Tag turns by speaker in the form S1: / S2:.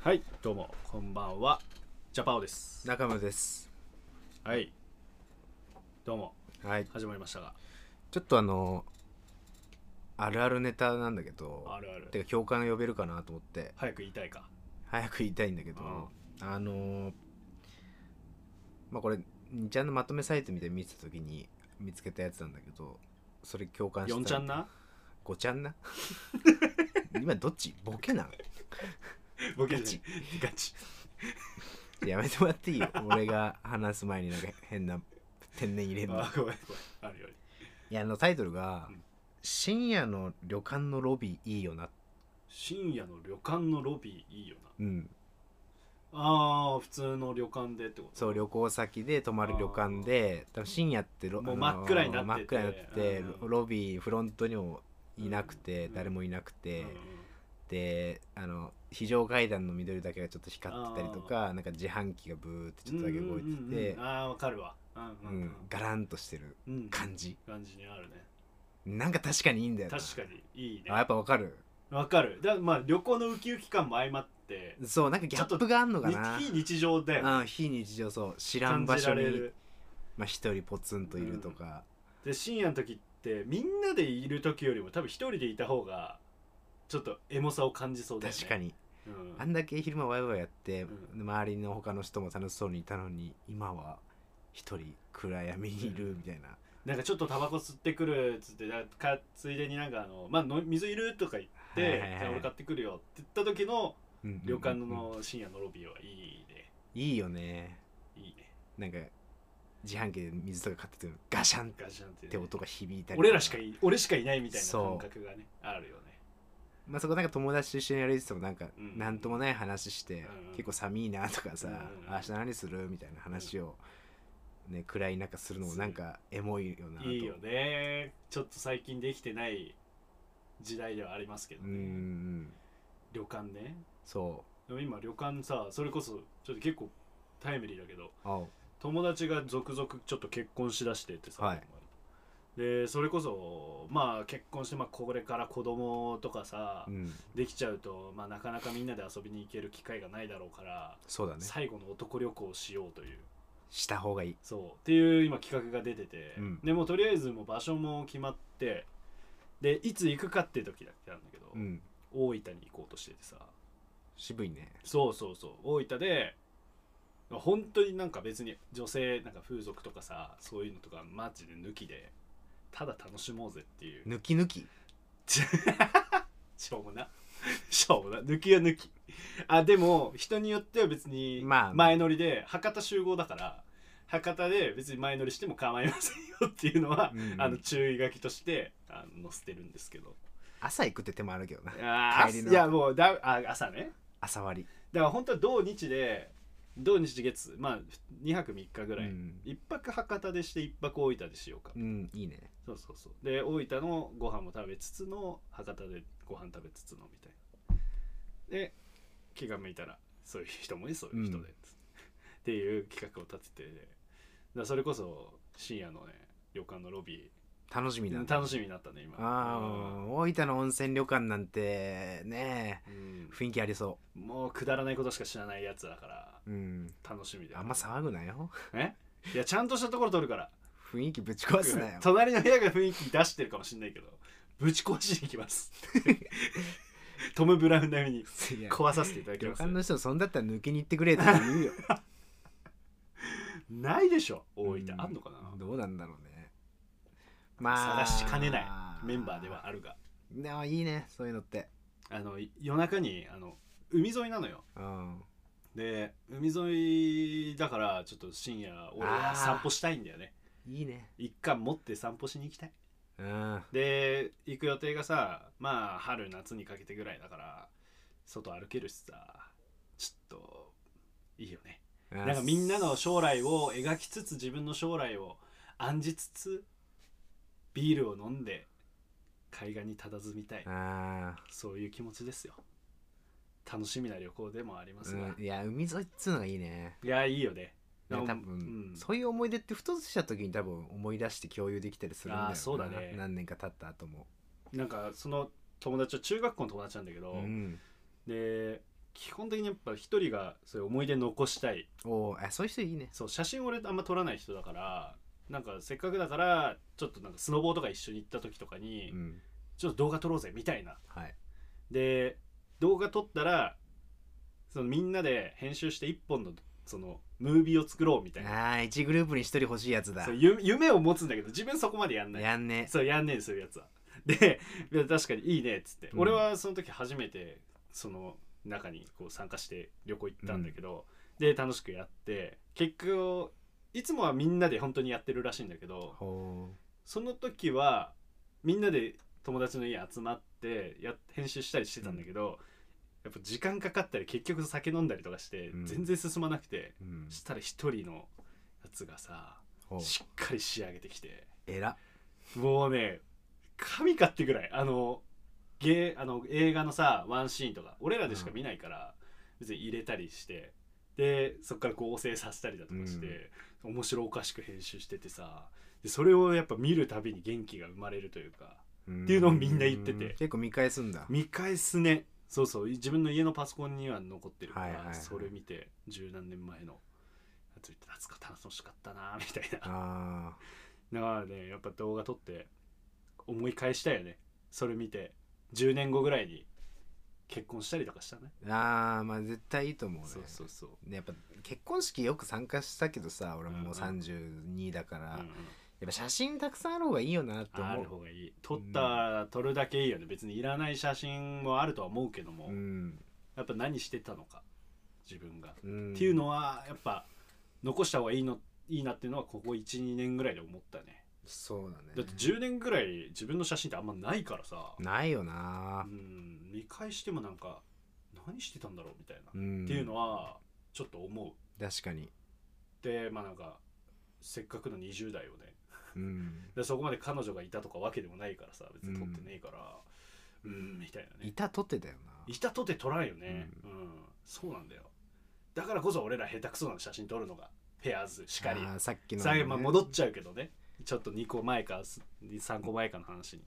S1: はいどうもこんばんはジャパオです
S2: 中村です
S1: はいどうも
S2: はい
S1: 始まりましたが
S2: ちょっとあのあるあるネタなんだけど
S1: あるある
S2: てか共感呼べるかなと思って
S1: 早く言いたいか
S2: 早く言いたいんだけどあのまあこれ2ちゃんのまとめサイトみたいに見てた時に見つけたやつなんだけどそれ共感した
S1: 4ちゃんな
S2: 5ちゃんな 今どっちボケなの
S1: ボケ
S2: ガ
S1: じ
S2: チ
S1: ゃないガチ
S2: やめてもらって いいよ俺が話す前になんか変な天然入れんの
S1: あごめんごめんあるより
S2: いやあのタイトルが
S1: うん
S2: 「深夜の旅館のロビーいいよな」
S1: 深夜の旅館のロビーいいよな
S2: うん
S1: ああ普通の旅館でってこと
S2: そう旅行先で泊まる旅館で多分深夜ってロ
S1: もう
S2: あの
S1: 真っ暗になってて
S2: 真っ暗になってて
S1: うん
S2: ロロビーフロントにもいなくて、
S1: うん
S2: 誰もいなく
S1: うん
S2: て、
S1: うん
S2: であの非常階段の緑だけがちょっと光ってたりとかなんか自販機がブーってちょっとだけ動いてて、
S1: うんうんうんああわかるわうん
S2: う
S1: うんん
S2: ガランとしてる
S1: うんうん
S2: 感じ
S1: 感じにあるね
S2: なんか確かにいいんだよな
S1: 確かにいいね
S2: あやっぱわかる
S1: わかるだまあ旅行のウキウキ感も相まって
S2: そうなんかギャップがあんのかな
S1: 日非日常だよね
S2: うん非日常そう知ら
S1: 感
S2: ん場
S1: じ
S2: 所
S1: ら
S2: に
S1: れ
S2: 一、
S1: る
S2: まあ、一人ポツンといるとか、
S1: で深夜の時ってみんなでいる時よりも多分一人でいた方がちょっとエモさを感じそうだよね
S2: 確かに
S1: うん
S2: あんだけ昼間ワイワイやって、
S1: うん
S2: 周りの他の人も楽しそうにいたのに今は一人暗闇にいるみたいな、
S1: なんかちょっとタバコ吸ってくるっつってだかついでになんかあの「まあ、の水いる?」とか言って
S2: はいはいはい
S1: じゃあ俺買ってくるよ」って言った時の
S2: うんうんうんうん
S1: 旅館の深夜のロビーはいいね
S2: いいよね
S1: いいね
S2: なんか自販機で水とか買っててガシャンっ
S1: ガシャンって,、
S2: て音が響いたりと
S1: 俺らしかい俺しかいないみたいな
S2: そう
S1: 感覚がねあるよね
S2: まあ、そこなんか友達と一緒に歩いててもなんか
S1: うん
S2: なんともない話して、
S1: うん
S2: 結構寒いなとかさ、
S1: うん
S2: 明日何するみたいな話を、ね暗い中するのもなんかエモいよなと
S1: いいよねちょっと最近できてない時代ではありますけど
S2: う
S1: ね、
S2: ん
S1: 旅館ね
S2: そ
S1: でも今旅館さそれこそちょっと結構タイムリーだけど
S2: うあ
S1: 友達が続々ちょっと結婚しだしててさ、
S2: はい
S1: でそれこそまあ結婚して、まあ、これから子供とかさ、
S2: うん
S1: できちゃうと、まあ、なかなかみんなで遊びに行ける機会がないだろうから、
S2: そうだね
S1: 最後の男旅行をしようという
S2: した方がいい
S1: そうっていう今企画が出てて、
S2: うん
S1: でもうとりあえずもう場所も決まってでいつ行くかって時だけなんだけど、
S2: うん
S1: 大分に行こうとしててさ
S2: 渋いね
S1: そうそうそう大分で本当になんか別に女性なんか風俗とかさそういうのとかマジで抜きでただ楽しもうぜっていう
S2: 抜き抜き
S1: しょうもな しょうもな抜きは抜きあでも人によっては別に
S2: まあ
S1: 前乗りで博多集合だから博多で別に前乗りしても構いませんよっていうのは、
S2: うんうん
S1: あの注意書きとしてあの載せてるんですけど
S2: 朝行くって手もあるけどな
S1: あ
S2: 帰り
S1: ー
S2: の
S1: いやもうだあ朝ね
S2: 朝割
S1: だから本当は土日で土日月まあ2泊3日ぐ
S2: り
S1: らい、
S2: うん、
S1: 一泊博多でして一泊大分でしようか、
S2: うん、いいね
S1: そうそうそうで大分のご飯も食べつつの博多でご飯食べつつのみたいなで気が向いたらそういう人もねそういう人で、
S2: うん
S1: っていう企画を立ててだからそれこそ深夜のね旅館のロビ
S2: 楽しみだ
S1: ー
S2: な
S1: 楽しみになったね今
S2: ああ大分の温泉旅館なんてね
S1: うん
S2: 雰囲気ありそ
S1: もうくだらないことしか知らないやつだから
S2: ううん
S1: 楽しみで
S2: あんま騒ぐなよ
S1: えいやちゃんとしたところ取るから
S2: 雰囲気ぶち壊すなよ
S1: 隣の部屋が雰囲気出してるかもしれないけどぶち壊しに行きます トム・ブラウン並みに
S2: いや
S1: 壊させていただき
S2: 旅
S1: ます
S2: 館の人そんだったら抜きに行ってくれとか言うよ
S1: ないでしょ大分
S2: うん
S1: あんのかな
S2: どうなんだろうねま
S1: 探
S2: あ
S1: しかねないメンバーではあるが
S2: でもいいねそういうのって
S1: あのい夜中にあの海沿いなのよ
S2: うん
S1: で海沿いだからちょっと深夜俺は
S2: あー
S1: 散歩したいんだよね
S2: いいね
S1: 一貫持って散歩しに行きたい
S2: うん
S1: で行く予定がさまあ春夏にかけてぐらいだから外歩けるしさちょっといいよねなんかみんなの将来を描きつつ自分の将来を案じつつビールを飲んで海岸に佇みたい
S2: あ
S1: そういう気持ちですよ楽しみな旅行でもありま
S2: ー
S1: すが、
S2: うんいや海沿いっつうのがいいね
S1: いやいいよね
S2: い
S1: で
S2: や
S1: も
S2: 多
S1: うん
S2: 分そういう思い出ってふとした時に多分思い出して共有できたりするんだよ
S1: あー
S2: な
S1: そうだね
S2: 何年か経った後も
S1: なんかその友達は中学校の友達なんだけど、
S2: うん
S1: で基本的にやっぱ一人がそういう思い出残したい
S2: おーあそういう人いいね
S1: そう写真俺あんま撮らない人だからなんかせっかくだからちょっとなんかスノボーとか一緒に行った時とかに、
S2: うん
S1: ちょっと動画撮ろうぜみたいな
S2: はい
S1: で動画撮ったらそのみんなで編集して一本のそのムービーを作ろうみたいな
S2: あー1グループに1人欲しいやつだ
S1: そうゆ夢を持つんだけど自分そこまでやんない
S2: やんね
S1: そうやんねんそういうやつはでいや確かにいいねっつって、
S2: うん
S1: 俺はその時初めてその中にこう参加して旅行行ったんだけど、で楽しくやって結局いつもはみんなで本当にやってるらしいんだけど
S2: ほ
S1: その時はみんなで友達の家集まってや編集したりしてたんだけど、やっぱ時間かかったり結局酒飲んだりとかして
S2: うん
S1: 全然進まなくて、
S2: う、うん、
S1: したら一人のやつがさ
S2: ほう
S1: しっかり仕上げてきて。
S2: えら
S1: もうね神かってぐらいあのゲーあの映画のさワンシーンとか俺らでしか見ないから、別に入れたりしてでそっから合成させたりだとかして、面白おかしく編集しててさでそれをやっぱ見るたびに元気が生まれるというか
S2: って
S1: いうのをみんな言ってて
S2: 結構見返すんだ
S1: 見返すねそうそう自分の家のパソコンには残ってるから、
S2: はいはいはい
S1: それ見て十何年前のやつ見て懐か楽しかったなみたいな
S2: あ
S1: だからねやっぱ動画撮って思い返したよねそれ見て10年後ぐらいに結婚したりとかしたね
S2: ーあーまあ絶対いいと思うね
S1: そうそうそう、
S2: ねやっぱ結婚式よく参加したけどさ俺もううん32だから、
S1: うんう
S2: や
S1: ん
S2: っぱ写真たくさんある方がいいよなって
S1: あ
S2: 思
S1: る
S2: う
S1: 方がいい撮ったら撮るだけいいよね別にいらない写真もあるとは思うけども、
S2: うん
S1: やっぱ何してたのか自分が、
S2: うん、
S1: っていうのはやっぱ残した方がいいのいいなっていうのはここ12年ぐらいで思ったね
S2: そうだね
S1: だって10年ぐらい自分の写真ってあんまないからさ、
S2: ないよな
S1: う、ん、見返してもなんか何してたんだろうみたいな、
S2: うん、
S1: っていうのはちょっと思う
S2: 確かに、
S1: でまあなんかせっかくの20代をね
S2: うん、
S1: でそこまで彼女がいたとかわけでもないからさ別に撮ってねえからうん、みたいなね
S2: 板取ってたよない
S1: たとて撮らんよねうん、そうなんだよだからこそ俺ら下手くそな写真撮るのがペアーズしかり
S2: あーさっきの
S1: さあ、
S2: ね
S1: まあ、戻っちゃうけどねちょっと2個前かす3個前かの話に